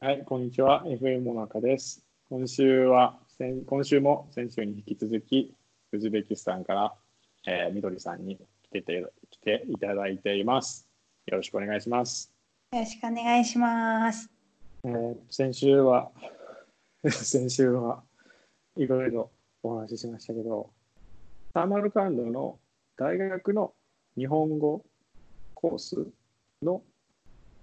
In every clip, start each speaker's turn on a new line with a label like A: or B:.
A: はい、こんにちは。FM もなかです。今週は、先今週も先週に引き続き、ウズベキスタンから、えーみどりさんに来てて来ていただいています。よろしくお願いします。
B: よろしくお願いします。
A: えー先週は、 先週はいろいろお話ししましたけど、サーマルカンドの大学の日本語コースの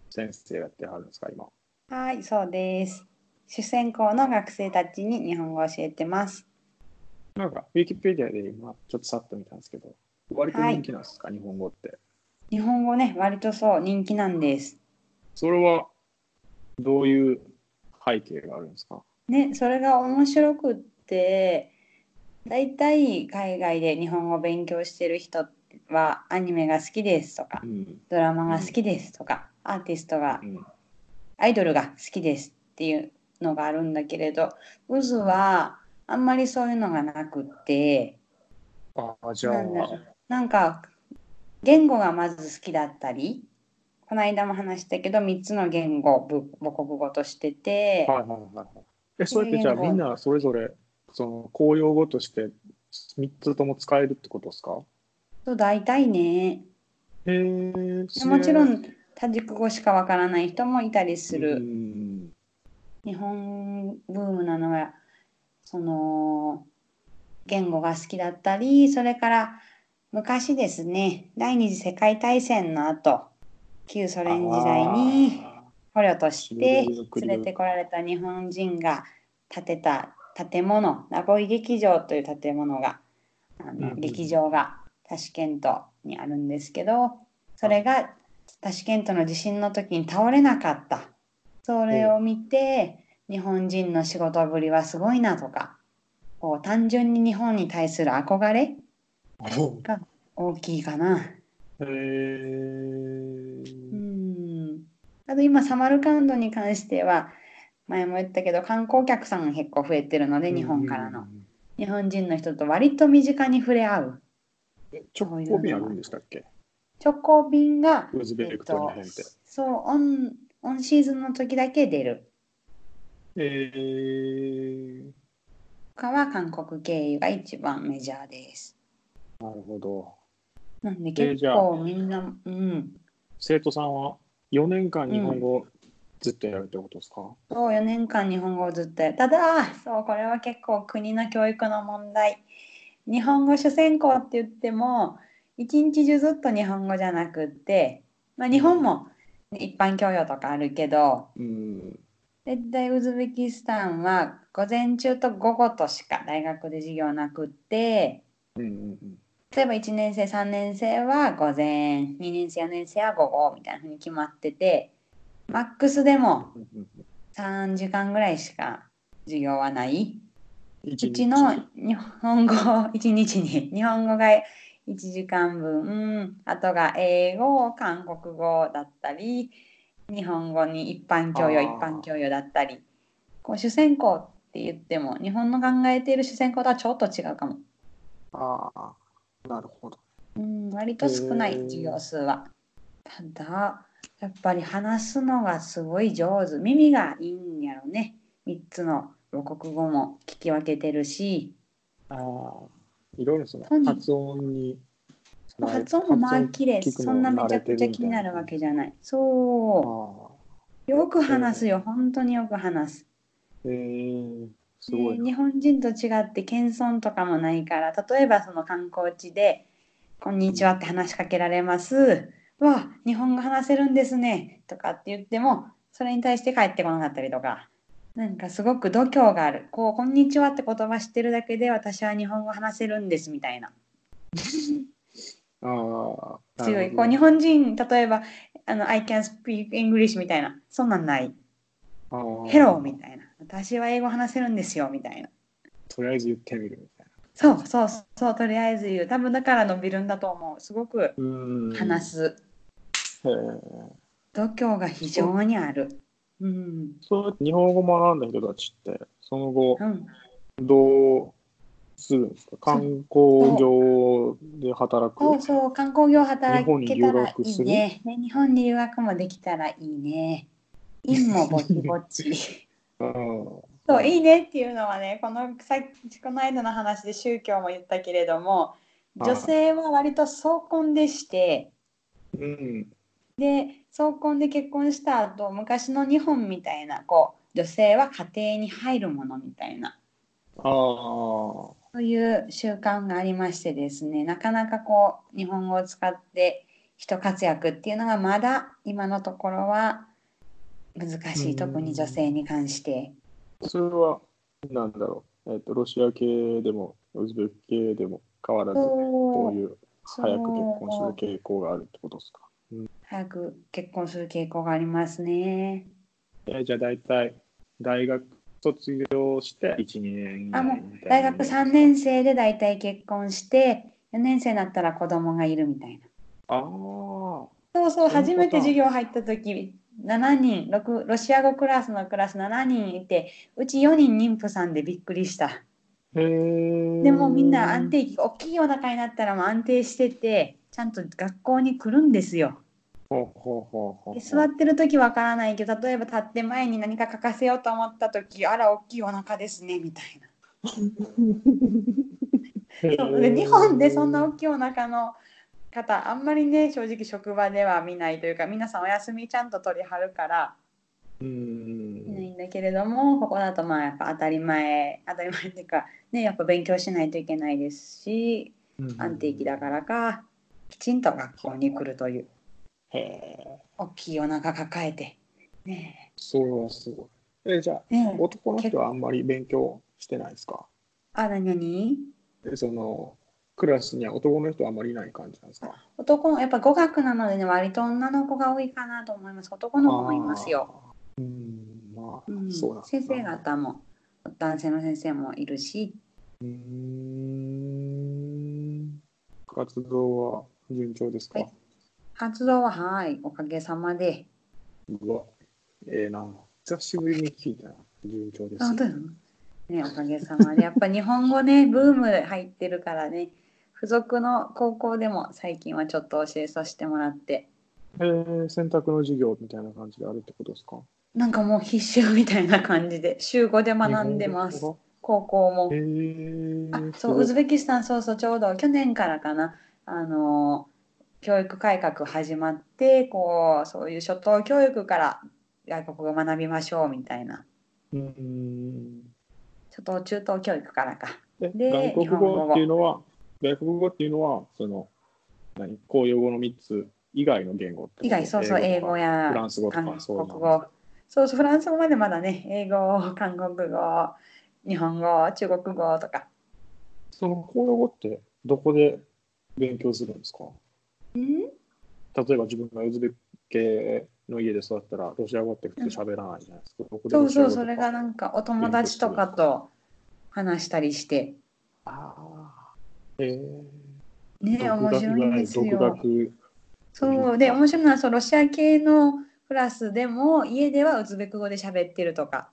A: 先生やってはるんですか、今。
B: はい、そうです。主専攻の学生たちに日本語を教えてます。
A: なんか、ウィキペディアで今、ちょっとさっと見たんですけど、割と人気なんですか、日本語って。
B: 日本語ね、割とそう人気なんです。
A: それは、どういう背景があるんですか
B: ね、それが面白くって、だいたい海外で日本語を勉強してる人はアニメが好きですとか
A: う、ん。
B: ドラマが好きですとか、アーティストが
A: う、ん。
B: アイドルが好きですっていうのがあるんだけれど、ウズはあんまりそういうのがなくって、
A: ああ、じゃあ、
B: なんだろうなんか言語がまず好きだったりこの間も話したけど3つの言語をぶ母国語としてて、
A: はいはいはいはい。え、それってじゃあ
B: 言語
A: みんなそれぞれ、その公用語として3つとも使えるってことですか
B: そう大体ね
A: へえ、
B: でもち
A: それ
B: ろん多軸語しかわからない人もいたりす
A: う
B: る、
A: ん
B: 日本ブームなのはその言語が好きだったりそれから昔ですね第二次世界大戦の後旧ソ連時代に
A: あ
B: 捕虜として
A: シルクロード
B: 連れてこられた日本人が建てた建物ナボイ劇場という建物があ
A: うんう
B: の
A: ん
B: 劇場がタシケントにあるんですけどそれがタシケントの地震の時に倒れなかったそれを見て日本人の仕事ぶりはすごいなとかこう単純に日本に対する憧れ
A: ー
B: 大きいかな。
A: へえ。
B: うんあと今サマルカンドに関しては前も言ったけど観光客さんが結構増えてるので日本からの
A: うん。
B: 日本人の人と割と身近に触れ合う
A: え直行便あるんでしたっけ
B: 直行便が
A: ウズベ
B: えっ
A: クと日
B: と
A: 本って。
B: そうオンオンシーズンの時だけ出る
A: えー、
B: 他は韓国経由が一番メジャーです
A: なるほど。
B: なんで
A: えー
B: 結
A: じゃあ
B: 構みんなうん
A: 生徒さんは4年間日本語をずっとやるってことですか、
B: そう4年間日本語をずっとやるただそうこれは結構国の教育の問題日本語主専攻って言っても一日中ずっと日本語じゃなくって、まあ、日本も一般教養とかあるけど
A: うん。
B: 絶対ウズベキスタンは午前中と午後としか大学で授業なくって
A: うんうんうん。
B: 例えば1年生3年生は午前2年生4年生は午後みたいなふうに決まっててマックスでも
A: うんうん
B: 3時間ぐらいしか授業はない
A: 一
B: う
A: 日
B: ちの日本語1日に日本語が1時間分うんあとが英語韓国語だったり日本語に一般教養
A: あー
B: 一般教養だったりこう主専攻って言っても日本の考えている主専攻とはちょっと違うかも、
A: ああ、なるほど。
B: うん、割と少な
A: へ
B: い
A: ー
B: 授業数はただやっぱり話すのがすごい上手耳がいいんやろね3つの母国語も聞き分けてるし
A: ああ、いろいろその
B: とに
A: 発音に。
B: 発音もまあ綺麗
A: 発音聞くの
B: そんなめちゃくちゃ
A: 慣れてるみたいな
B: 気になるわけじゃないそ
A: ああ、
B: うよく話すよ本当によく話す
A: えー、すごい
B: で
A: な。
B: 日本人と違って謙遜とかもないから例えばその観光地で「こんにちは」って話しかけられます「わあ日本語話せるんですね」とかって言ってもそれに対して帰ってこなかったりとかなんかすごく度胸があるこう「こんにちは」って言葉知ってるだけで私は日本語話せるんですみたいな
A: ああ、
B: 強いこう
A: に
B: 日本人例えばあの「I can speak English」みたいなそんなんない「ヘロー」みたいな「私は英語話せるんですよ」みたいな。
A: とりあえず言ってみるみたい
B: そうそうそうとりあえず言う多分だから伸びるんだと思うすごく
A: な。うん。す。
B: 話す、
A: へえ。
B: 度胸が非常にあるうん、
A: そう日本語学んだ人たちって、その後、
B: うん、
A: どうするんですか観光業で働く
B: そうそう観光業働けたら
A: 日本に留
B: い
A: 学する
B: いねね日本に留学もできたらいいね陰もぼちぼち。
A: うん
B: そういいねっていうのはねこのさっきこの間の話で宗教も言ったけれども
A: はい
B: 女性は割と早婚でして
A: うん
B: で早婚で結婚した後昔の日本みたいなこう女性は家庭に入るものみたいな
A: ああ
B: そういう習慣がありましてですねなかなかこう日本語を使って人活躍っていうのがまだ今のところは難し
A: う
B: い
A: ん
B: 特に女性に関して。
A: それはなんだろう、えっとロシア系でもウズベク系でも変わらずこういう
B: そう
A: 早く結婚する傾向があるってことですか
B: 早く結婚する傾向がありますね。
A: えじゃあ大体大学卒業して12年以
B: あも
A: 内
B: う
A: みた
B: 大
A: いな
B: 学3年生で大体結婚して4年生になったら子供がいるみたいな。
A: ああ
B: そうそう
A: そういうこと
B: 初めて授業入った時7人6ロシア語クラスのクラス7人いてうち4人妊婦さんでびっくりした。
A: へえ
B: でもみんな安定期大きいお腹になったらもう安定しててちゃんと学校に来るんですよ。
A: ほうほうほうほう
B: で座ってる時わからないけど例えば立って前に何か書かせようと思った時あら大きいお腹ですねみたいな。そうで日本でそんな大きいお腹の方あんまりね正直職場では見ないというか皆さんお休みちゃんと取りはるから
A: う
B: いない
A: ん
B: んだけれどもここだとまあやっぱ当たり前当たり前っていうかねやっぱ勉強しないといけないですし安定期だからかきちんと学校に来るという
A: らへえ
B: 大きいお腹抱えてね
A: それはすごいえじゃあ
B: えねえ
A: 男の人はあんまり勉強してないですか
B: あ何何
A: でそのクラスには男の人はあんまりいない感じなんですか
B: 男のやっぱ語学なのでね割と女の子が多いかなと思います男の子もいますよ。
A: あーうんまあ、
B: うん
A: そうなんだ
B: 先生方も男性の先生もいるし
A: うーん活動は順調ですか、
B: はい活動ははいおかげさまで
A: うわええな久しぶりに聞いたな順調です
B: あどういうのねおかげさまでやっぱ日本語ねブーム入ってるからね付属の高校でも最近はちょっと教えさせてもらって
A: えー、選択の授業みたいな感じであるってことですか
B: なんかもう必修みたいな感じで週5で学んでます
A: 日本語
B: 高校も
A: がえー、
B: あそうウズ
A: ベ
B: ベキスタンそうそうちょうど去年からかなあの教育改革始まってこうそういう初等教育から外国語学びましょうみたいな
A: うん
B: 初等中等教育からか
A: え
B: で
A: 外国語っていうのは外国語っていうのはその何公用語の3つ以外の言語ってこと
B: 以外そうそう英語
A: や
B: や
A: フランス語とか
B: 韓国
A: そういうの
B: 語そうそうフランス語までまだね英語韓国語日本語中国語とか
A: その公用語ってどこで勉強するんですか
B: ん
A: 例えば自分がウズベク系の家で育ったらロシア語って普通喋らないじゃないですか。どこで
B: そ
A: ロ
B: う
A: シア
B: そ
A: 語とか
B: うそれがなんかお友達とかと話したりして
A: あーへえ
B: ね面白いんですよ。
A: 独学
B: そうで面白いのはそうロシア系のクラスでも家ではウズベク語で喋ってるとか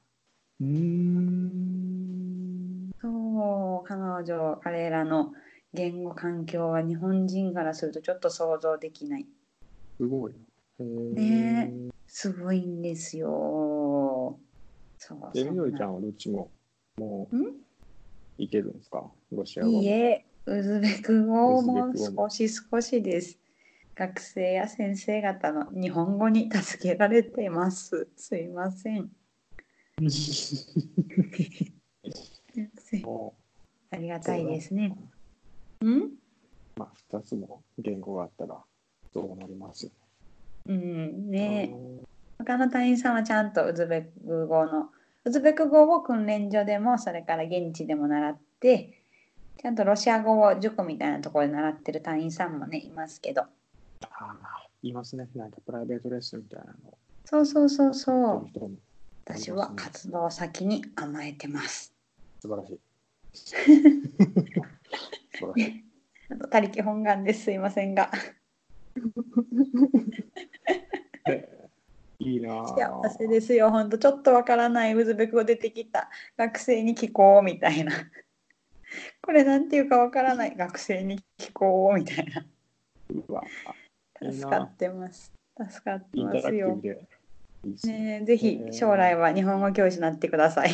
A: うーん
B: そう彼女彼らの言語環境は日本人からするとちょっと想像できない
A: すごいな。へえ
B: ねすごいんですよそう
A: でみのり
B: そん
A: ちゃ
B: なん
A: はどっちもも
B: ん
A: ういけるんですかロシア語も
B: いいえウズベク語
A: ウ
B: も
A: ズベク語
B: 少し少しです学生や先生方の日本語に助けられてますすいませ んすいません
A: も
B: ありがたいですね。うん、
A: う、まあ、2つも言語があったらどうなりますよ
B: うん、
A: ね
B: ね他の隊員さんはちゃんとウズベク語のウズベク語を訓練所でもそれから現地でも習ってちゃんとロシア語を塾みたいなところで習ってる隊員さんもねいますけど
A: ああ言いますねなんかプライベートレッスンみたいなの
B: そうそうそうそ
A: を
B: う
A: 人々も
B: 私は活動先に甘えてます
A: 素晴らし い素晴らしい
B: あと他力本願ですすいませんが
A: いいなあ
B: 幸せですよほんとちょっとわからないウズベク語出てきた学生に聞こうみたいなこれなんていうかわからない学生に聞こうみたいな
A: うわ
B: 助かってます助かって
A: イン
B: ま
A: タラクテ
B: す
A: ィ
B: よ
A: ブでいいですね。
B: ねえ、ぜひ
A: えー
B: 将来は日本語教師になってください。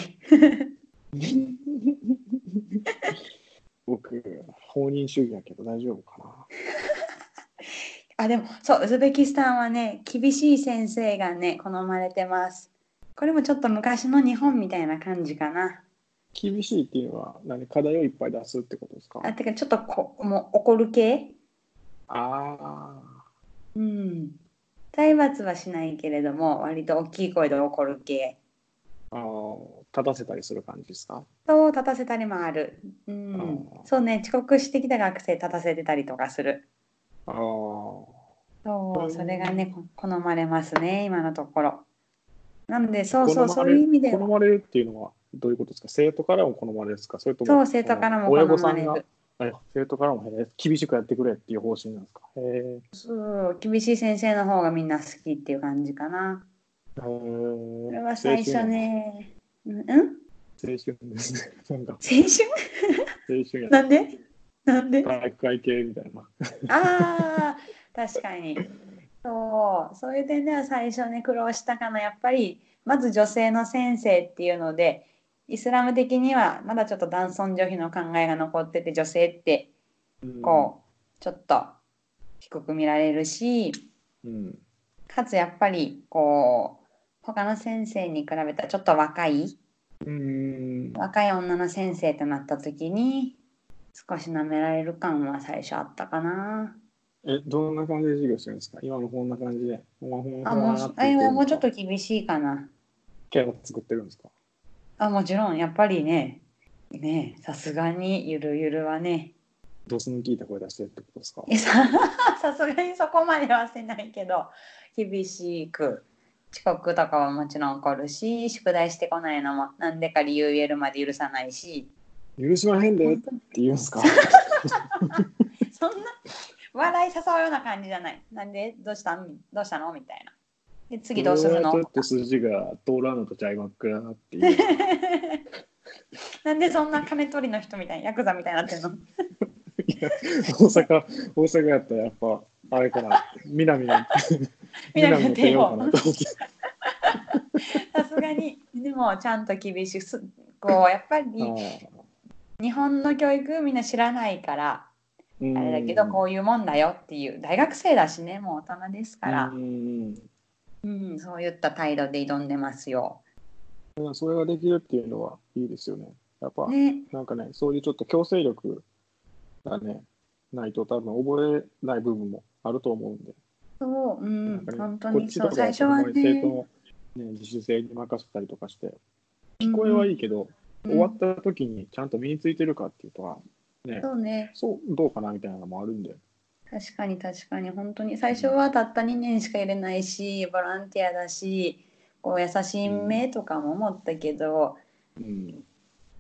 A: 僕、放任主義やけど大丈夫かな。
B: あ、でも、そう、ウズベキスタンはね、厳しい先生がね、好まれてます。これもちょっと昔の日本みたいな感じかな。
A: 厳しいっていうのは何、課題をいっぱい出すってことですか
B: あ、てか、ちょっとこ、もう怒る系。
A: あ
B: うん。体罰はしないけれども、割と大きい声で怒る系。
A: ーあー、立たせたりする感じですか
B: と立たせたりもある。うん
A: あ。ー
B: そうね、遅刻してきた学生立たせてたりとかする。
A: ああ、
B: そうう、
A: ん
B: それがね、こ好まれますね、今のところ。なので、そう
A: 好
B: そう、そ
A: ま
B: ういう
A: れ
B: 意味で
A: 好まれるっていうのはどういうことですか生徒からも好まれるんですかそれとも
B: そう、生徒からも
A: 親
B: 好
A: 御さ
B: ま
A: ん
B: れ
A: がは
B: る。
A: い生徒からもへー厳しくやってくれっていう方針なんですかへえ
B: そう、厳しい先生の方がみんな好きっていう感じかな。これは最初ね、うん青
A: 青春ですねなんか
B: 春
A: 青春やな
B: なんでなんで
A: 体育会系みたいな
B: ああ、確かに。そう、それでね、最初ね、苦労したかな、やっぱり、まず女性の先生っていうので、イスラム的にはまだちょっと男尊女卑の考えが残ってて、女性ってこう、ちょっと低く見られるし、
A: うん、
B: かつやっぱりこう、他の先生に比べたらちょっと若い、
A: うん、
B: 若い女の先生となった時に、少し舐められる感は最初あったかな。
A: えどんな感じで授業してるんですか今のこんな感じでほわほわ
B: あ
A: ほわ
B: も
A: ー
B: う
A: っ
B: あ
A: て言ってるんですか
B: もうちょっと厳しいかな。
A: キャラ作ってるんですか
B: あもちろんやっぱりねねさすがにゆるゆるはね
A: ドスの効いた声出してるってことですか
B: えささすがにそこまではせないけど厳しく遅刻とかはもちろん起こるし宿題してこないのもなんでか理由言えるまで許さないし
A: 許しまへんでっ
B: 本
A: て
B: 当に
A: 言うんですか
B: そんな笑い誘うような感じじゃないなんでどうしたんどうしたのみたいなで次どうするの
A: こやって筋が通らんのとちゃいまっくなっていう
B: なんでそんな金取りの人みたいなヤクザみたいになって んの
A: 大阪大阪やったらやっぱあれかな南の
B: 南
A: 南
B: の
A: の帝
B: 帝王
A: 王かなと思って
B: さすがにでもちゃんと厳しくすこうやっぱり日本の教育みんな知らないからあれだけどこういうもんだよっていう大学生だしねもう大人です
A: う
B: か
A: ん
B: ら
A: う、ん
B: うん、そういった態度で挑んでますよ。
A: うんそれができるっていうのはいいですよねやっぱ、
B: ね、
A: なんかねそういうちょっと強制力がねないと多分覚えない部分もあると思うんで
B: そう、う
A: なん
B: ん
A: か、ね
B: 本当
A: こっ
B: に
A: ち
B: そ
A: と
B: う
A: か
B: 最初は
A: ほんまに生徒
B: ね、
A: のね自主性に任せたりとかして聞こえはいいけど、
B: うん
A: 終わった時にちゃんと身についてるかっていうとはね、
B: そうね、
A: そうどうかなみたいなのもあるんで、
B: 確かに確かに本当に最初はたった2年しか入れないしボランティアだしこう優しい目とかも思ったけど、
A: うん、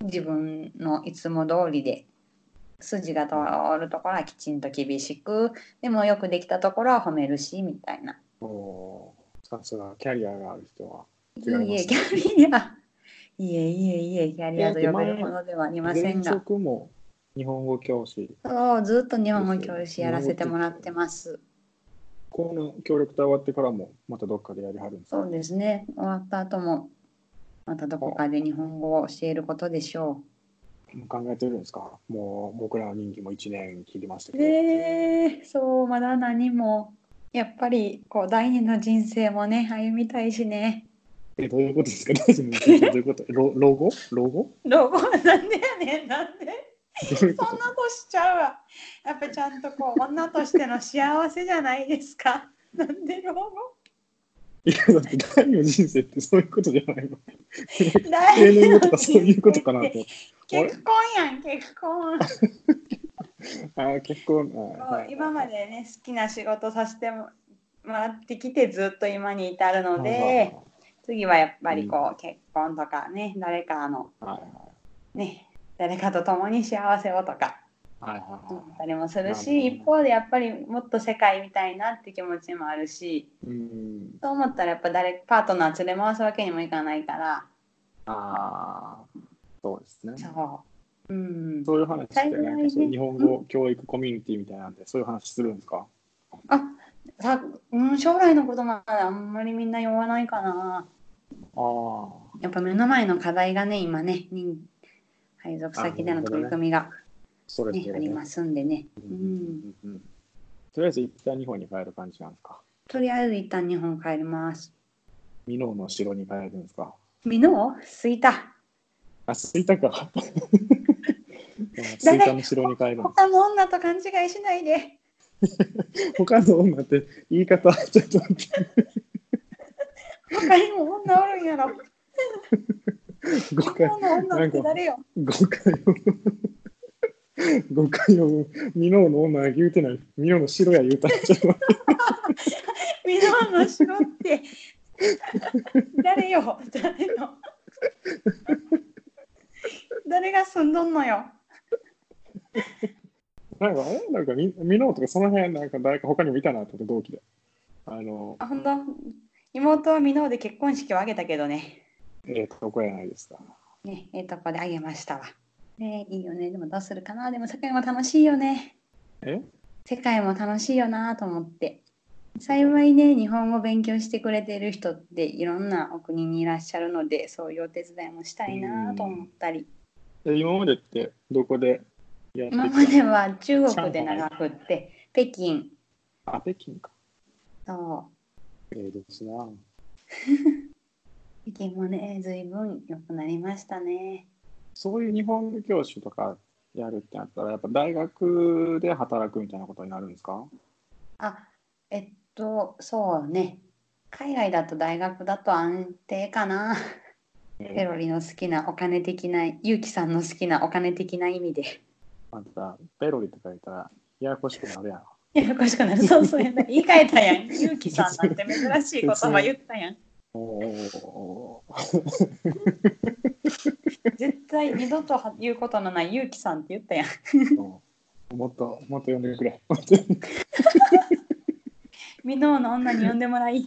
B: 自分のいつも通りで筋が通るところはきちんと厳しくでもよくできたところは褒めるしみたいな。
A: おーさすがキャリアがある人はい違います
B: えいえキャリアいえいえいえキャリアと呼べるものではありません
A: 前
B: が
A: 職も日本語教師
B: そうずっと日本語教師やらせてもらってます。
A: この協力隊終わってからもまたどっかでやりはるんですか
B: そうですね終わった後もまたどこかで日本語を教えることでしょ
A: もう考えてるんですかもう僕らの任期も1年切りました
B: う。
A: けど、
B: ねえそうまだ何もやっぱりこう第二の人生もね歩みたいしね。
A: えどういうことですか大丈夫ですかどういうこと老老後老後
B: ロゴなんでやねんなんで
A: どういう
B: そ
A: こ
B: んな年ちゃうわやっぱちゃんとこう女としての幸せじゃないですかなんで老後
A: といやだって第二の人生ってそういうことじゃないの定
B: 定
A: 年後とかそういうことかなと思って
B: 結婚やん結婚
A: あー結婚あーはい
B: 今までね好きな仕事させてもらってきてずっと今に至るので次はやっぱりこう結婚とかね誰かの
A: はい
B: ね誰かと共に幸せをとか
A: はいはいはい
B: 思
A: は
B: ったりもする
A: なるほ
B: し
A: ど
B: 一方でやっぱりもっと世界見たいなって気持ちもあるし
A: いうん
B: そう思ったらやっぱ誰パートナー連れ回すわけにもいかないから
A: ああそうですね
B: そううん
A: そういう話ってなんかそういう
B: 大概ね
A: 日本語教育コミュニティみたいなんでそういう話するんですか
B: あさ、うん、将来のことまであんまりみんな言わないかな。
A: ああ。
B: やっぱ目の前の課題がね、今ね、人配属先での取り組みが、
A: それ
B: ね
A: ぞ
B: あ
A: れ、
B: り
A: ね
B: ま。すんでね。
A: う
B: うん
A: んうんうんとりあえず一旦日本に帰る感じなんですか。
B: とりあえず一旦日本帰ります。
A: ミノーの城に帰るんですか。
B: ミノーすいた。
A: あ、着いたか。着いたの城に帰るんで
B: 他の女と勘違いしないで。
A: す。他の女って言い方、ちょっと待って
B: 他にも女おるんやろ。
A: 誤
B: 他
A: 解、
B: の女って誰よ。
A: 誤解を。誤解を、ミノーの女は言うてない。ミノーの城や言うた。ちょっと待って
B: ミノーの城って誰よ。誰の。誰が住んどんのよ。
A: なんか、あれなんかミミノーとかその辺、なんか誰か他にもいたなと思って、同期で。あの、
B: あ、ほんと妹はミノーで結婚式を挙げたけどね。
A: えっ、と、ここやないですか。
B: ね、ええとこで挙げましたわ。ね、いいよね。でもどうするかな。でも世界も楽しいよね。
A: え
B: 世界も楽しいよなと思って。幸いね、日本語勉強してくれてる人っていろんなお国にいらっしゃるので、そういうお手伝いもしたいなと思ったり。
A: で今までって、どこでやって
B: 今
A: き
B: までは中国で長くって、北京、
A: たあ、北京か。
B: そ
A: ええですな。
B: う、北京もね、ずいぶん良くなりましたね。
A: そういう日本語教師とかやるってなったら、やっぱ大学で働くみたいなことになるんですか
B: あ、えっと、そうね。海外だと大学だと安定かな。ペ
A: え
B: ロリの好きなお金的な、ゆうきさんの好きなお金的な意味で。
A: あんた、ペロリとか言ったら、ややこしくなるやん。
B: ややこしくなる。 そうそうやな。言い換えた やん。ゆうきさんなんて珍しい言葉言った やん。
A: おお
B: 絶対二度とは言うことのないゆうきさんって言った やん。
A: ー もっと、もっと読んでくれ。 もっと読んでく
B: ミノーの女に呼んでもらい。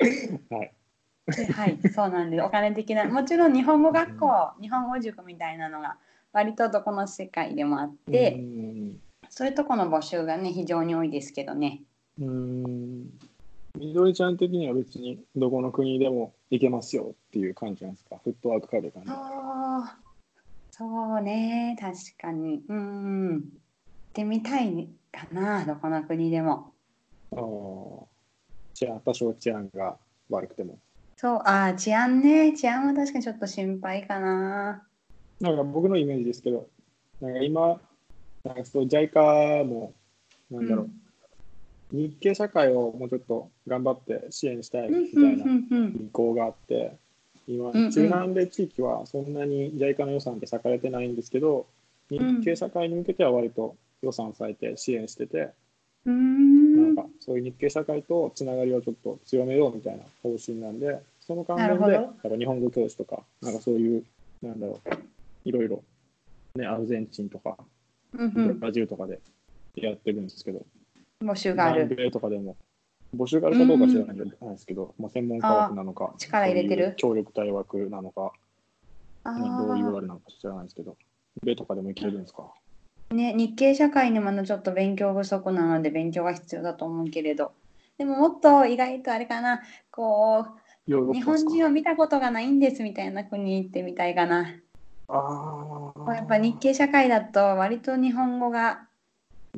A: れはい。
B: ではい、そうなんです。お金的な、もちろん日本語学校、日本語塾みたいなのが割とどこの世界でもあって、
A: うん
B: そういうとこの募集がね、非常に多いですけどね。
A: うーん。みどりちゃん的には別にどこの国でも行けますよっていう感じなんですかフットワーク軽い感じ。
B: ああ、そうね、確かに。うん。行ってみたいかな、どこの国でも。
A: あーじゃあ、多少治安が悪くても。
B: そう、ああ、治安ね、治安は確かにちょっと心配かな。
A: なんか僕のイメージですけど、なんか今、なんかそう、JICA も、なんだろう、日系社会をもうちょっと頑張って支援したい
B: うん
A: み
B: うん
A: た
B: う
A: い
B: ん
A: な
B: うん
A: 意向があって、今、
B: うんうん
A: 中南米地域はそんなに JICA の予算って割かれてないんですけど、日
B: ん
A: 系社会に向けては割と予算割いて支援してて、
B: うー
A: なん
B: ん。
A: かそういう日系社会とつながりをちょっと強めようみたいな方針なんで、その関連で、
B: なる
A: や
B: ほ
A: っぱ日本語教師とか、なんかそういう、なんだろう、いろいろ、ね、アルゼンチンとか、
B: うん
A: ブラジルとかでやってるんですけど、
B: うん。募集があ
A: 南
B: る。
A: 米とかでも、募集があるかどうか知らないんですけど、まあ、専門家枠なのか、
B: ー力入れてる
A: そういう協力隊枠なのか、
B: あ
A: ねどういう
B: あ
A: あ。れなのか知らないですけど、米とかでもいけるんですか。
B: ね、日系社会にまだちょっと勉強不足なので勉強が必要だと思うけれどでももっと意外とあれかなこ
A: ヨーロ
B: う
A: ッ
B: 日
A: パで
B: 本
A: すか
B: 人を見たことがないんですみたいな国に行ってみたいかな
A: あ
B: こ
A: あ。
B: うやっぱ日系社会だと割と日本語が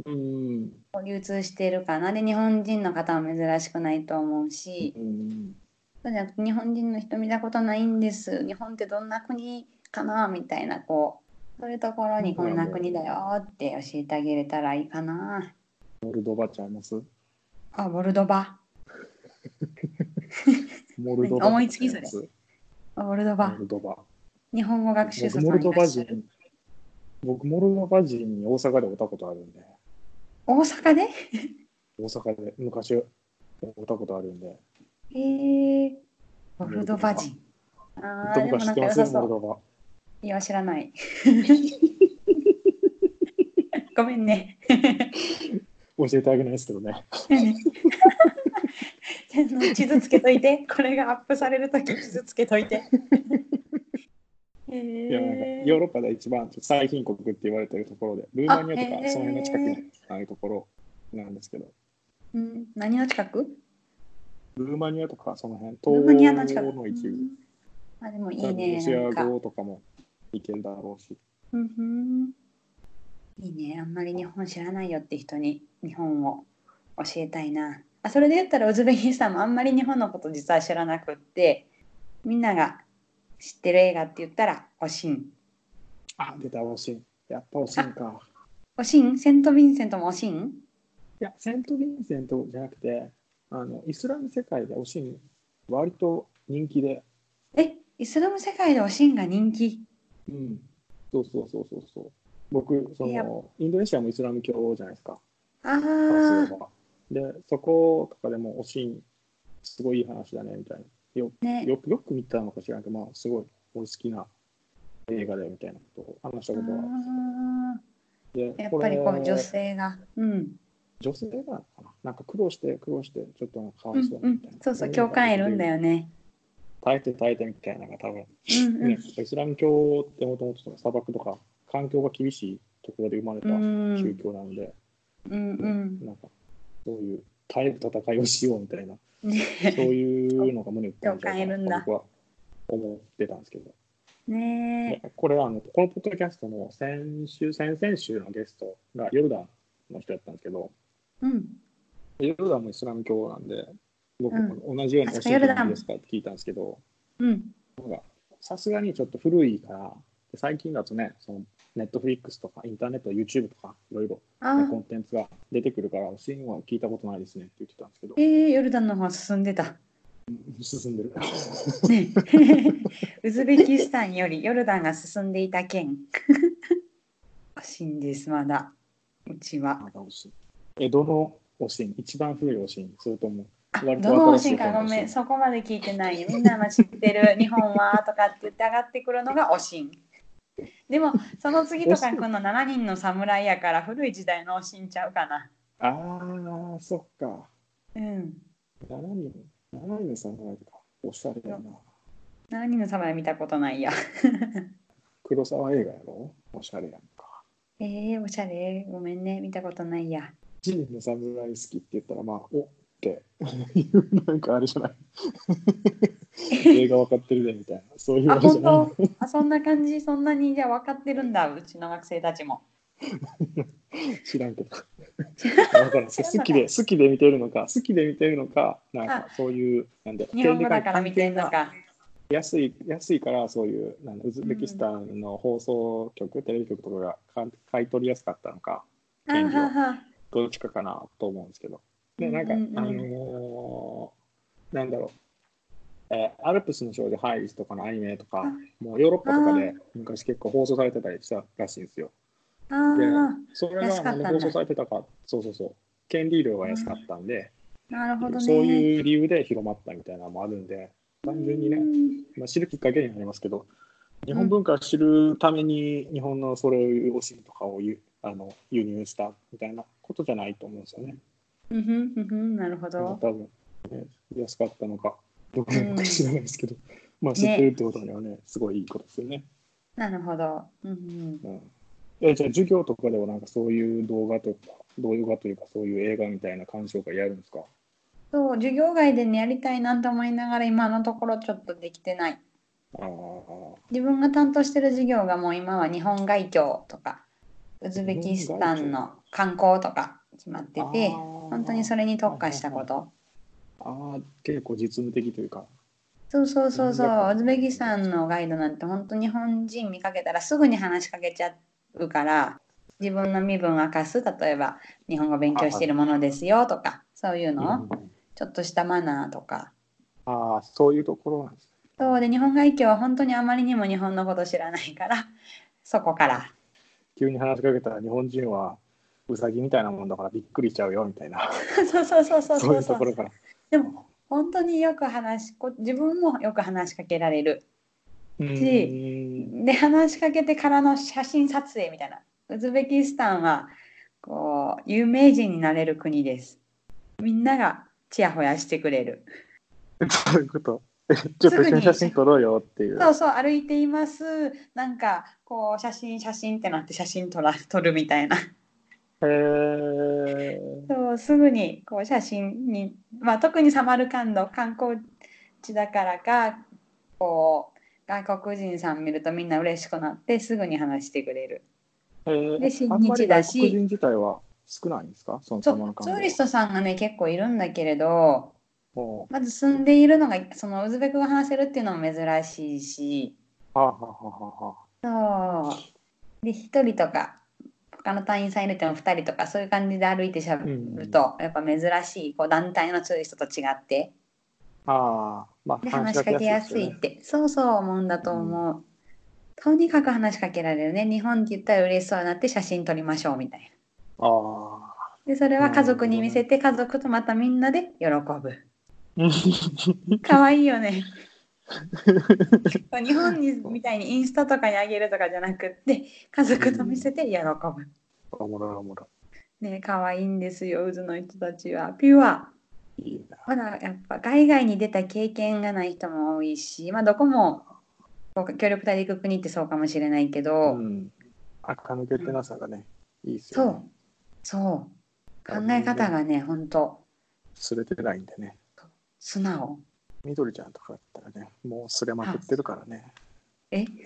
A: うん。
B: こう流通しているかなで日本人の方は珍しくないと思うし
A: うん。
B: そうじゃなくて日本人の人見たことないんです日本ってどんな国かなみたいなこうそういうところにこんな国だよって教えてあげれたらいいかな
A: モルドバちゃいます
B: あモルドバ
A: モルドバ。
B: 思いつきそれ
A: モ
B: モルドバ
A: ルドバ。
B: 日本語学習
A: 僕
B: 者さん
A: モルド
B: いら
A: バ
B: っしゃる
A: 人。僕、モルドバ人に大阪でおったことあるんで、
B: 大阪で
A: 大阪で昔おったことあるんで、
B: えー、モルドバ人あ
A: ど
B: ー
A: こか
B: でも
A: 知
B: な
A: っ
B: んか
A: てま
B: 良
A: す
B: さ
A: モル
B: そ
A: ドバ。
B: ういや知らない ごめんね
A: 教えてあげないですけどね。
B: 地図つけといてこれがアップされるとき地図つけといてえ
A: いやなんか
B: へ
A: ヨーロッパで一番最貧国って言われてるところで、ルーマニアとか
B: あへー
A: その辺の近くにあるところなんですけど、
B: うん、何の近く
A: ルーマニアとかその辺、
B: ルーマニアの
A: 東
B: 近く。
A: 欧の一部、
B: うんあでもい
A: 多分ロ
B: いね。
A: シ
B: なん
A: ア
B: か
A: 語とかもいけるだろうし、
B: うんふんいいね。あんまり日本知らないよって人に日本を教えたいな。あそれで言ったらウズベキスタンもあんまり日本のこと実は知らなくってみんなが知ってる映画って言ったら「おしん」
A: あ、出た、オシン。やっぱオシンか。
B: 「おしん」セント・ヴィンセントも「おしん
A: いや、セント・ヴィンセントじゃなくて、あのイスラム世界でオシン、割と人気で、」
B: えイスラム世界で「おしん」が人気
A: うん、そうそうそうそうそう。僕、そ
B: いや
A: のインドネシアもイスラム教じゃないですか。
B: あ
A: そう
B: あ
A: いえばで、そことかでも、おしん、すごいいい話だねみたいな。よ
B: ね
A: よくよく見たのか知らんけど、まあ、すごい俺好きな映画だよみたいなことを話した
B: あ
A: ことは。
B: ー
A: で
B: やっぱりこ
A: れ
B: う女性がうん
A: 女性なのかななんか苦労して苦労して、ちょっとなんかかわ
B: う
A: い
B: ん
A: そう
B: う
A: なみ
B: ん
A: たいな。
B: そうそう共感得るんだよね
A: 耐えて耐えてみたいなのが多分、
B: うんうん
A: ね、イスラム教ってもともとその砂漠とか環境が厳しいところで生まれた
B: うん
A: 宗教なので、
B: うんうん
A: なんかそういう耐える戦いをしようみたいなそう
B: ね
A: いうのが胸を打ったんじゃないかなと僕は思ってたんですけど、
B: ね
A: でこれはあのこのポッドキャストの先週先々週のゲストがヨルダンの人だったんですけど
B: うん
A: ヨルダンもイスラム教なんで僕
B: う
A: も同じように
B: 確
A: 教
B: か
A: え
B: ヨ
A: て
B: ル
A: もい
B: ダン
A: いですかって聞いたんですけど
B: うん
A: さすがにちょっと古いからで最近だとねそのネットフリックスとかインターネット YouTube とかいろいろ
B: あ
A: ねコン
B: ー
A: テンツが出てくるからシーンは聞いたことないですねって言ってたんですけど
B: えー、ヨルダンの方が進んでた。
A: 進んでる
B: ね、 ウズベキスタンよりヨルダンが進んでいた県。らしいんです、まだ。うちは。
A: まだおしん江戸のおしん一番古いおしんそれとも
B: あど
A: 割と
B: の
A: 新しい
B: 神か
A: 方
B: ご
A: の
B: めん、
A: 神
B: そこまで聞いてないよ。みんなが知ってる 日本はとかって言って上がってくるのがおしん。でも、その次
A: お
B: とか
A: しん
B: この7人の侍やから古い時代のおしんちゃうかな。
A: あーそっか
B: うん。
A: 7人7人の侍かおしゃれだな
B: 7人の侍見たことないや。
A: 黒沢映画やろおしゃれやんか
B: えー、おしゃれ。ごめんね、見たことないや。
A: 7人の侍好きって言ったらまあおっていう なんかあれじゃない映画わかってるでみたいなそういう
B: あ、
A: あれじゃ
B: 本
A: ないの
B: 当。あ、そんな感じ、そんなにじゃあ分かってるんだ、うちの学生たちも。
A: 知らんけ ど。だからんそう好きで、好きで見てるのか、好きで見てるのか、なんかそういう、なんで、
B: 日本語だから見てるのか。
A: 安い、安いから、そういう、なんだウズベキスタンの放送局、テレビ局とかがか買い取りやすかったのか、
B: あ
A: 権利を
B: はは。
A: どっちかかなと思うんですけど。で、なんか、
B: うんうんうん
A: あのーなんだろう。えーアルプスの少女ハイリスとかのアニメとか、もうヨーロッパとかで昔結構放送されてたりしたらしいんですよ。
B: ああ、
A: それが
B: 安かったんだ
A: 何で放送されてたか、そうそうそう、権利料が安かったんで、
B: なるほどね。
A: そういう理由で広まったみたいなのもあるんで、単純に
B: う
A: ね、
B: ん
A: まあ、知るきっかけになりますけど、日本文化を知るために、日本のそれをいうお尻とかをゆあの輸入したみたいなことじゃないと思うんですよね。
B: うんふんうんふん、なるほ
A: 多
B: ど。
A: 分、ね、安かったのか、どこ
B: う
A: の
B: ん
A: か知らないですけど、まあ知ってるってことにはね、すごいいいことですよね。
B: なるほど。うんうん。
A: うんえじゃあ授業とかではなんかそういう動画とか動画というかそういう映画みたいな鑑賞会やるんですか
B: そう、授業外でね、やりたいなと思いながら、今のところちょっとできてない。
A: ああ、
B: 自分が担当してる授業がもう今は日本外教とか、ウズベキスタンの観光とか決まってて、本
A: 本
B: 当にそ
A: れ。
B: れに特化したこと。
A: ああ、結構実務的というか。
B: そうそうそうそ
A: な
B: う、
A: んだか
B: ウズベキスタンのガイドなんて本当日本人見かけたらすぐに話しかけちゃうから、自分の身分を明かす、例えば日本語勉強してるものですよとか、そういうのを
A: うん
B: ちょっとしたマナーとか。
A: ああ、そういうところなんですね。
B: そうで、日本外教は本当にあまりにも日本のこと知らないから、そこから。
A: 急に話しかけたら日本人はウサギみたいなもんだからびっくりしちゃうよみたいな、
B: そうそうそうそ
A: そ
B: う
A: う
B: そ
A: いうう
B: そ
A: ところ
B: う。
A: から。
B: でも本当によく話しこ、自分もよく話しかけられる。
A: うーん
B: で話しかけてからの写真撮影みたいなウズベキスタンはこう有名人になれる国ですみんながちやほやしてくれる
A: どういうこと ちょっと一緒に写真撮ろうよっていう。
B: そうそう歩いていますなんかこう写真写真ってなって写真撮ら撮るみたいな
A: へえ
B: そうすぐにこう写真に、まあ、特にサマルカンド観光地だからかこう外国人さん見るとみんな嬉しくなってすぐに話してくれる
A: へー
B: で新
A: あんま
B: 日
A: り
B: だ
A: 外
B: し
A: 国人自体は少ないんですかその
B: そ
A: サ
B: う
A: マルカン
B: ツ
A: ドは
B: ーリストさんがね結構いるんだけれど
A: ほう
B: まず住んでいるのがそのウズベク語話せるっていうのも珍しいし
A: はあはあはあはあ
B: そうで1人とか他の隊員さんいるっても2人とかそういう感じで歩いてしゃべると、やっぱ珍しいこう団体のツーリストと違って
A: ああ、まあ、
B: で話しかけやすい
A: で
B: っ
A: ね。
B: てそうそう思うんだと思う、とにかく話しかけられるね日本って言ったら嬉しそうになって写真撮りましょうみたいな
A: ああ。
B: でそれは家族に見せて家族とまたみんなで喜ぶかわいいよね日本にみたいにインスタとかにあげるとかじゃなくって家族と見せて喜ぶ、
A: おもろいおもろ
B: ね可愛いんですよ渦の人たちはピュア
A: い。いいな。
B: まだやっぱ海外に出た経験がない人も多いしまあどこもこう協力隊で行く国ってそうかもしれないけど、
A: うん。垢抜けてなさがね、いいです
B: そ
A: よ、ね
B: う。そう考え方がね本当
A: すれてないんでね。
B: 素直
A: みどりちゃんとかだったらね、もうすれまくってるからね。
B: え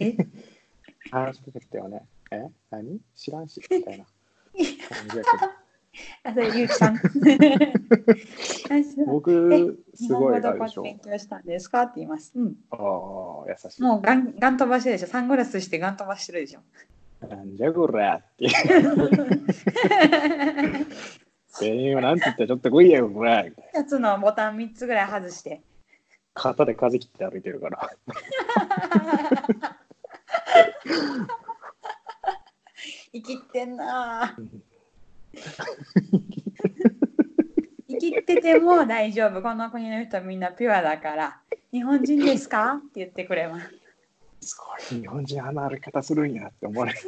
B: え
A: 話しかけてはね、え何知らんし、みたい な感じやけど。
B: あそれゆうきさん あそう
A: 僕、
B: 日
A: す
B: 本
A: ご
B: 語
A: いあ
B: ど
A: れ
B: こ
A: で
B: で
A: しょ。
B: 勉強したんですかって言います、うん、
A: ああ、優しい。
B: もうガンガン飛ばしてるでしょサングラスしてガン飛ばしてるで しょ
A: なんじゃこらって。全員はなんて言ったらちょっと来いやよ、こら。みたいな
B: 2つのボタン3つぐらい外して。
A: 肩で風切って歩いてるから。
B: 生きってんなぁ。生きてても大丈夫。この国の人みんなピュアだから。日本人ですかって言ってくれます。
A: すごい日本人あの歩き方するんやって思われ る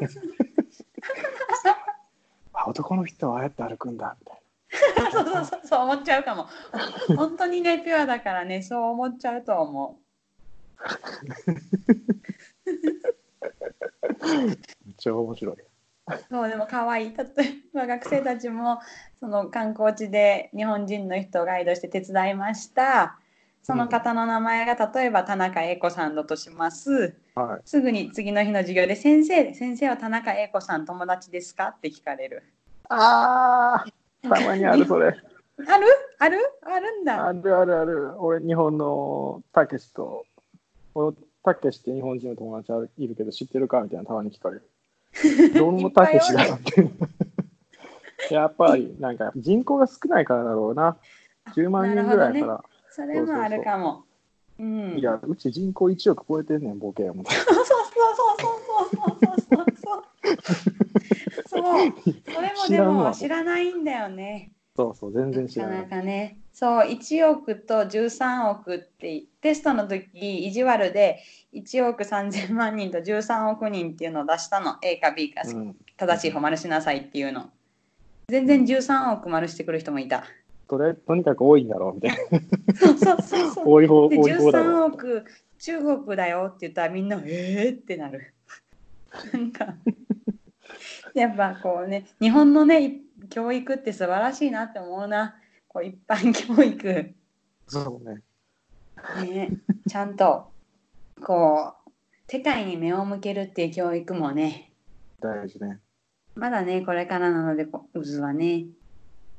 A: あ男の人はああやって歩くんだみたい
B: そうそうそうそう思っちゃうかも。本当にね、ピュアだからね、そう思っちゃうと思。
A: なめっちゃ面白いう
B: そうでも可愛い。例えば学生たちもその観光地で日本人の人をガイドして手伝いました。その方の名前が例えば田中英子さんだとします。
A: はい
B: すぐに次の日の授業で先生、先生は田中英子さん友達ですかって聞かれる。
A: あたまにあるそ れ
B: あるあるあるんだ。
A: あるあるある俺日本のたけしと俺たけしって日本人の友達いるけど知ってるかみたいなたまに聞かれ るどのたけしだろうって やっぱりなんか人口が少ないからだろうな10万人ぐらいやか
B: なるほどね。
A: ら、
B: それもあるかも。うん。
A: いやうち人口1億超えてんねんボケやもん
B: そうそうそうそうそうそうそうそうそうそうそれも
A: 知
B: で
A: らん
B: も
A: わ
B: 知らないんだよね
A: そうそう全然
B: な
A: 知ら
B: か
A: ない
B: なかねそう1億と13億ってテストの時意地悪で1億3000万人と13億人っていうのを出したの A か B か
A: うん、
B: 正しい方丸しなさいっていうの全然13億丸してくる人もいた
A: とりあえずとにかく多いんだろうみたいな
B: そうそうそう そう
A: 多い方多
B: で
A: い方だ
B: 13
A: ろう
B: 億中国だよって言ったらみんな「えー?」ってなる。なんかやっぱこうね日本のねい教育って素晴らしいなって思うなこう一般教育、
A: そうね
B: ね、ちゃんとこう世界に目を向けるっていう教育もね
A: 大事ね
B: まだねこれからなのでこう渦はね、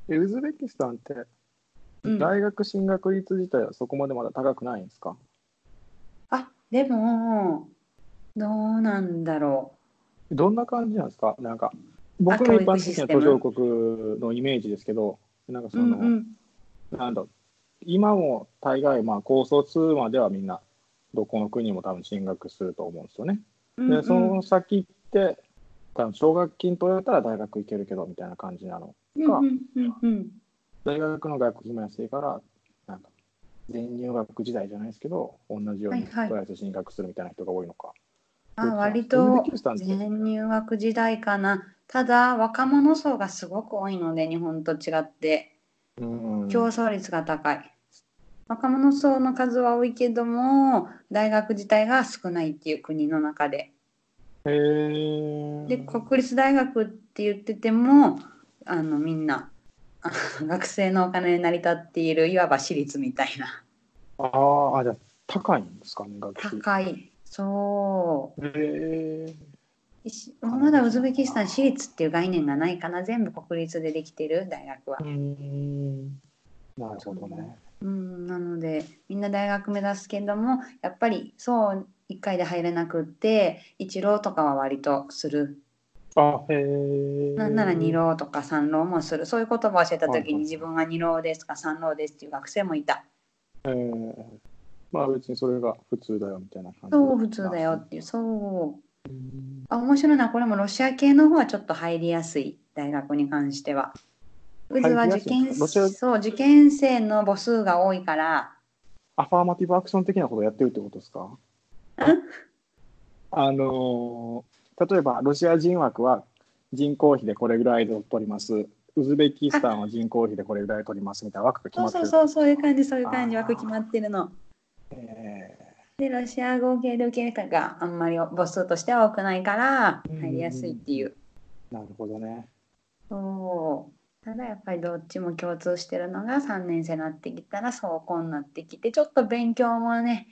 A: えウズベキスタンって
B: うん、
A: 大学進学率自体はそこまでまだ高くないんですか、
B: あでもどうなんだろ
A: どんな感じなんですかなんか僕の一般的な途上国のイメージですけどなんか
B: う、
A: そうの、
B: んうん、
A: なんだろう今も大概まあ高卒まではみんなどこの国も多分進学すると思うんですよね
B: うんう
A: でそ
B: ん
A: の先って多分奨学金取られたら大学行けるけどみたいな感じなの
B: うんうんうん
A: 大学の学費も安いからなんか全入学時代じゃないですけど同じように
B: はいはい
A: とりあえず進学するみたいな人が多いのか、
B: あ
A: どう
B: 割
A: ウズ
B: と
A: ベキスタンって
B: 全入学時代かなただ若者層がすごく多いので日本と違って
A: うん
B: 競争率が高い、若者層の数は多いけども大学自体が少ないっていう国の中で
A: へえ。
B: で国立大学って言っててもあのみんなあの 学生のお金に成り立っているいわば私立みたいな
A: あーあ、じゃあ高いんですかね、学費。
B: 高いそう
A: へえ。
B: しまだウズベキスタン私立っていう概念がないかな全部国立でできてる大学は
A: うー。ん。なるほどね。
B: うん、なのでみんな大学目指すけどもやっぱりそう1回で入れなくって1浪とかは割とする
A: あ、へえ。
B: なんなら2浪とか3浪もするそういう言葉を教えた
A: はいは
B: 時
A: い
B: に自分は2浪ですとか3浪ですっていう学生もいた
A: まあ別にそれが普通だよみたいな感じ。
B: そう普通だよっていうそう
A: うん。
B: あ面白いなこれもロシア系の方はちょっと入りやすい大学に関しては。うずは
A: 入
B: 受
A: りや
B: 験
A: すいロシア
B: そう受験生の母数が多いから
A: アファーマティブアクション的なことをやってるってことですかあのー例えばロシア人枠は人口比でこれぐらいで取ります。ウズベキスタンは人口比でこれぐらい取りますみたいな枠が決
B: そ
A: ま
B: う
A: って
B: そ
A: る。
B: うそうそういう感じそういう感じ
A: あー
B: 枠決まってるの。
A: え
B: でロシア語系で受ける方があんまり母数としては多くないから
A: うん
B: 入りやすいっていう。
A: ーなるほどね。
B: そうただやっぱりどっちも共通してるのが3年生になってきたらそうこうなってきてちょっと勉強もね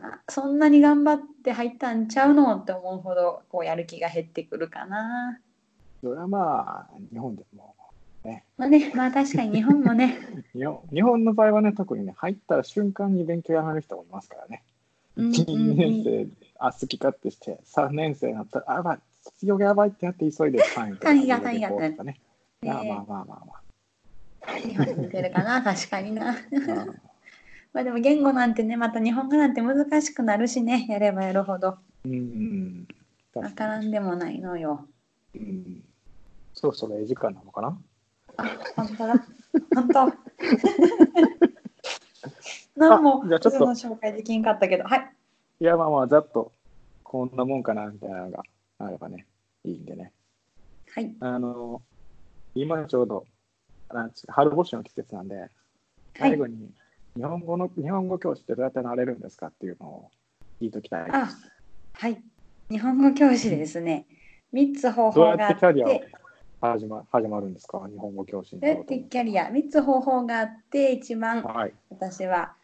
B: あそんなに頑張って入ったんちゃうのって思うほどこうやる気が減ってくるかな。
A: それはまあ日本でも
B: まあねまあ確かに日本もね
A: 日本日本の場合はね特にね入ったら瞬間に勉強やられる人もいますからね。
B: うんうん
A: 1年生あ好き勝手して3年生になったらあばい卒業がやばいってなって急いで単位とか
B: 単位が単位が
A: 入れていこうとかね。
B: 単位
A: まあまあまあまあまあ
B: 日本に似てるかな確かにな。
A: うん。
B: まあでも言語なんてねまた日本語なんて難しくなるしねやればやるほど
A: うんうん
B: わからんでもないのよ。
A: うんそろそろええ時間なのかな
B: 本当だ。本当。何も
A: あじゃあちょっと
B: 普通の紹介できんかったけど、はい。
A: いやまあまあざっとこんなもんかなみたいなのがあればねいいんでね
B: はい。
A: あの今ちょうどなんつ春募集の季節なんで
B: はい
A: 最後に日本語の、日本語教師ってどうやってなれるんですかっていうのを聞いときたい
B: あ、はい。日本語教師ですね。三つ方
A: どうや
B: 法があ
A: っ
B: って
A: キャリ
B: て、
A: アを
B: ど
A: 始ま始まるんですか日本語教師に
B: うやってキャリア三つ方法があって、一番
A: はい
B: 私は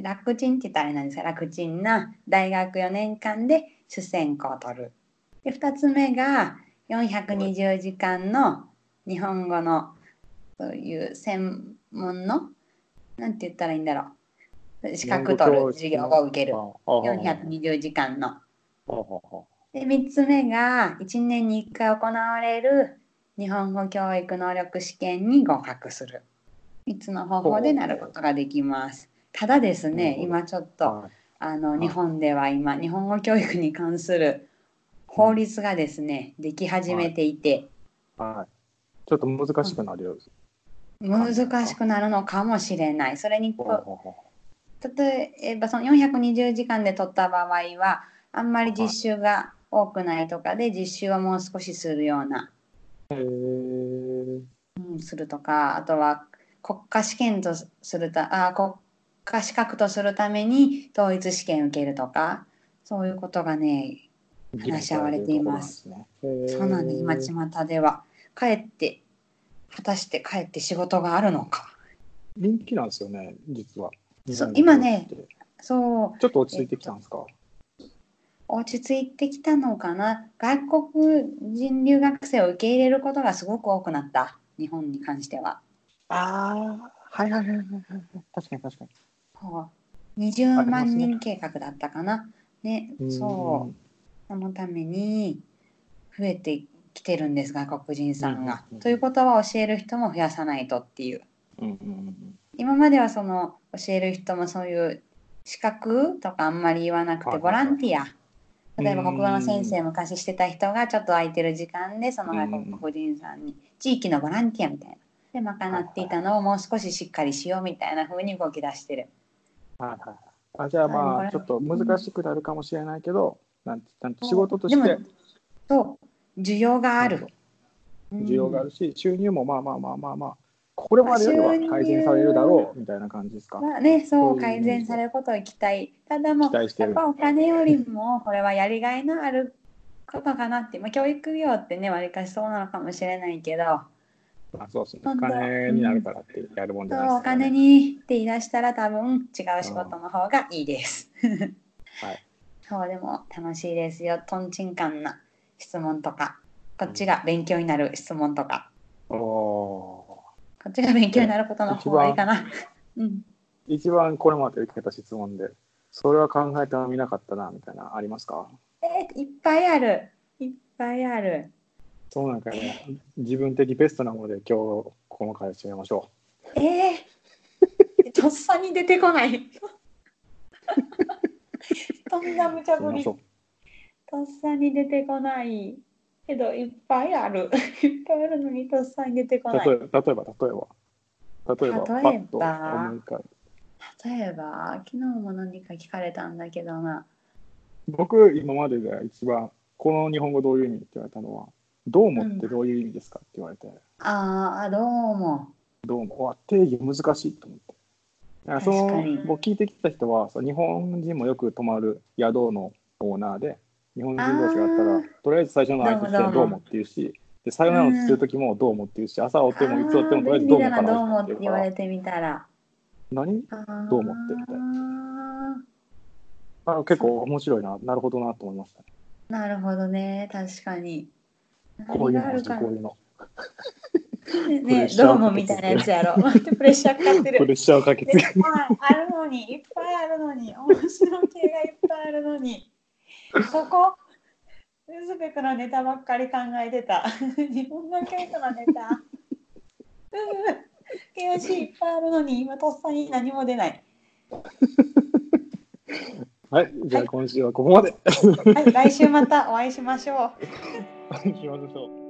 B: 楽ちんって言ったらあれなんですが、楽ちんな大学4年間で主選考を取る。で、二つ目が420時間の日本語のそういう専門のなんて言ったらいいんだろう資格取る授業を受ける
A: 420
B: 420時間の。で3つ目が1年に1回行われる日本語教育能力試験に合格する3つの方法でなることができます。ただですね
A: な
B: 今ちょっとあの日本では今日本語教育に関する法律がですねでき始めていて
A: はいちょっと難しくなるようです
B: 難しくなるのかもしれないそれに
A: ほうほうほう
B: 例えばその420時間で取った場合はあんまり実習が多くないとかで実習をもう少しするような、
A: へー
B: うん、するとかあとは国家試験とするたあ国家資格とするために統一試験受けるとかそういうことがね話し合われています
A: ね。へー
B: そうなんです今巷ではかえって果たしてかえって仕事があるのか
A: 人気なんですよね、実は。
B: そう
A: 日本
B: 今
A: の
B: ね
A: 人って
B: そう
A: ちょっと落ち着いてきたんですか。
B: 落ち着いてきたのかな外国人留学生を受け入れることがすごく多くなった日本に関しては
A: ああ、はいはいはいはいはい。確かに確かに。
B: こう
A: あ
B: 20
A: ります
B: 万
A: ね
B: 人計画だったかなねそうそのために増えてきてるんです外国人さ
A: うん
B: んが
A: うんうん。
B: ということは教える人も増やさないとっていう
A: うん。うんうん
B: 今まではその教える人もそういう資格とかあんまり言わなく
A: は
B: て
A: い
B: ボランティア例えば
A: うん
B: 国語の先生昔してた人がちょっと空いてる時間でその外国人さんに地域のボランティアみたいなで賄っていたのをもう少ししっかりしようみたいな風に動き出してる
A: はいはいはい。あじゃあま
B: は
A: あ
B: い
A: ちょっと難しくなるかもしれないけど、なんてなんて仕事と
B: で
A: し
B: も
A: て
B: そう需要がある
A: 需要があ
B: る
A: るし、収入もまあまあまあまあまあこれまでより
B: まあ
A: は
B: 収入
A: 改善されるだろうみたいな感じですか。
B: まあね、そ
A: そういう
B: う改善されることを期待。ただもう
A: 期待して
B: やっ
A: る。
B: ぱお金よりもこれはやりがいのあることかなって、まあ、教育業ってねわりかしそうなのかもしれないけど
A: あそうですね。お
B: 本当
A: 金になるからってやるもんじゃ
B: そ
A: な
B: う
A: いです
B: お金にって言い出したら多分違う仕事の方がいいです。
A: はい
B: そうでも楽しいですよとんちんかんな質問とかこっちが勉強になる質問とか
A: おお
B: こっちが勉強になることの方がいいかな。うん
A: ー。一番これまで受けた質問で、それは考えてはみなかったなみたいなありますか
B: えーいっぱいあるいっぱいある。
A: そうなんかね、自分的ベストなもので今日この回を締めましょ
B: えー、とっさに出てこない。とんだ無茶
A: う。締
B: ぶ
A: めま
B: り。
A: しょ
B: と
A: う。
B: っさに出てこない。けどいっぱいある。 いっぱいあるのにとっさに出てこない。
A: 例え
B: 例
A: ば、例えば、例えば、例えば、
B: 例えば
A: パッと思い浮かべ
B: えば昨日も何か聞かれたんだけどな。
A: 僕、今までで一番、この日本語どういう意味って言われたのは、どう思ってどういう意味ですかって言われて、
B: あーあどうも。
A: どうも、わ定義難しいと思って。だからその
B: 確かに
A: 僕聞いてきた人は、そう日本人もよく泊まる宿のオーナーで、日本人同士があった
B: あ
A: ら
B: ー、
A: とりあえず最初の挨拶ではど
B: どうもどうも
A: うもっていうし、で、さよならをするときもどうもっていうし、朝おってもいつおってもとりあ
B: あ
A: え
B: ー
A: ず
B: 便
A: どうも
B: 利だ
A: か
B: な
A: ら
B: どうも
A: 始め
B: って
A: るか
B: 言わ
A: ら
B: れてみたら。
A: 何ど
B: ど
A: う思ってみたいあ結構面白いな、なるほどなと思いました。
B: なるほどね確かに。
A: こういうの欲しい、
B: な
A: こういうの。プレ
B: ね
A: ッ、シャー
B: どうもみたいなやつや ろ。待ってプレッシャーかかって
A: プレ
B: る。
A: ッシャーをかけ
B: で
A: て
B: い っ。ぱいあるのに、いっぱいあるのに、面白系がいっぱいあるのに。ここ、ウズベクのネタばっかり考えてた。 日本の教育のネタ。うん。悔しい、いっぱいあるのに、今とっさに何も出ない。
A: はい、じゃあ今週はここまで。
B: はい、来週またお会いしましょう。
A: お会いしましょう。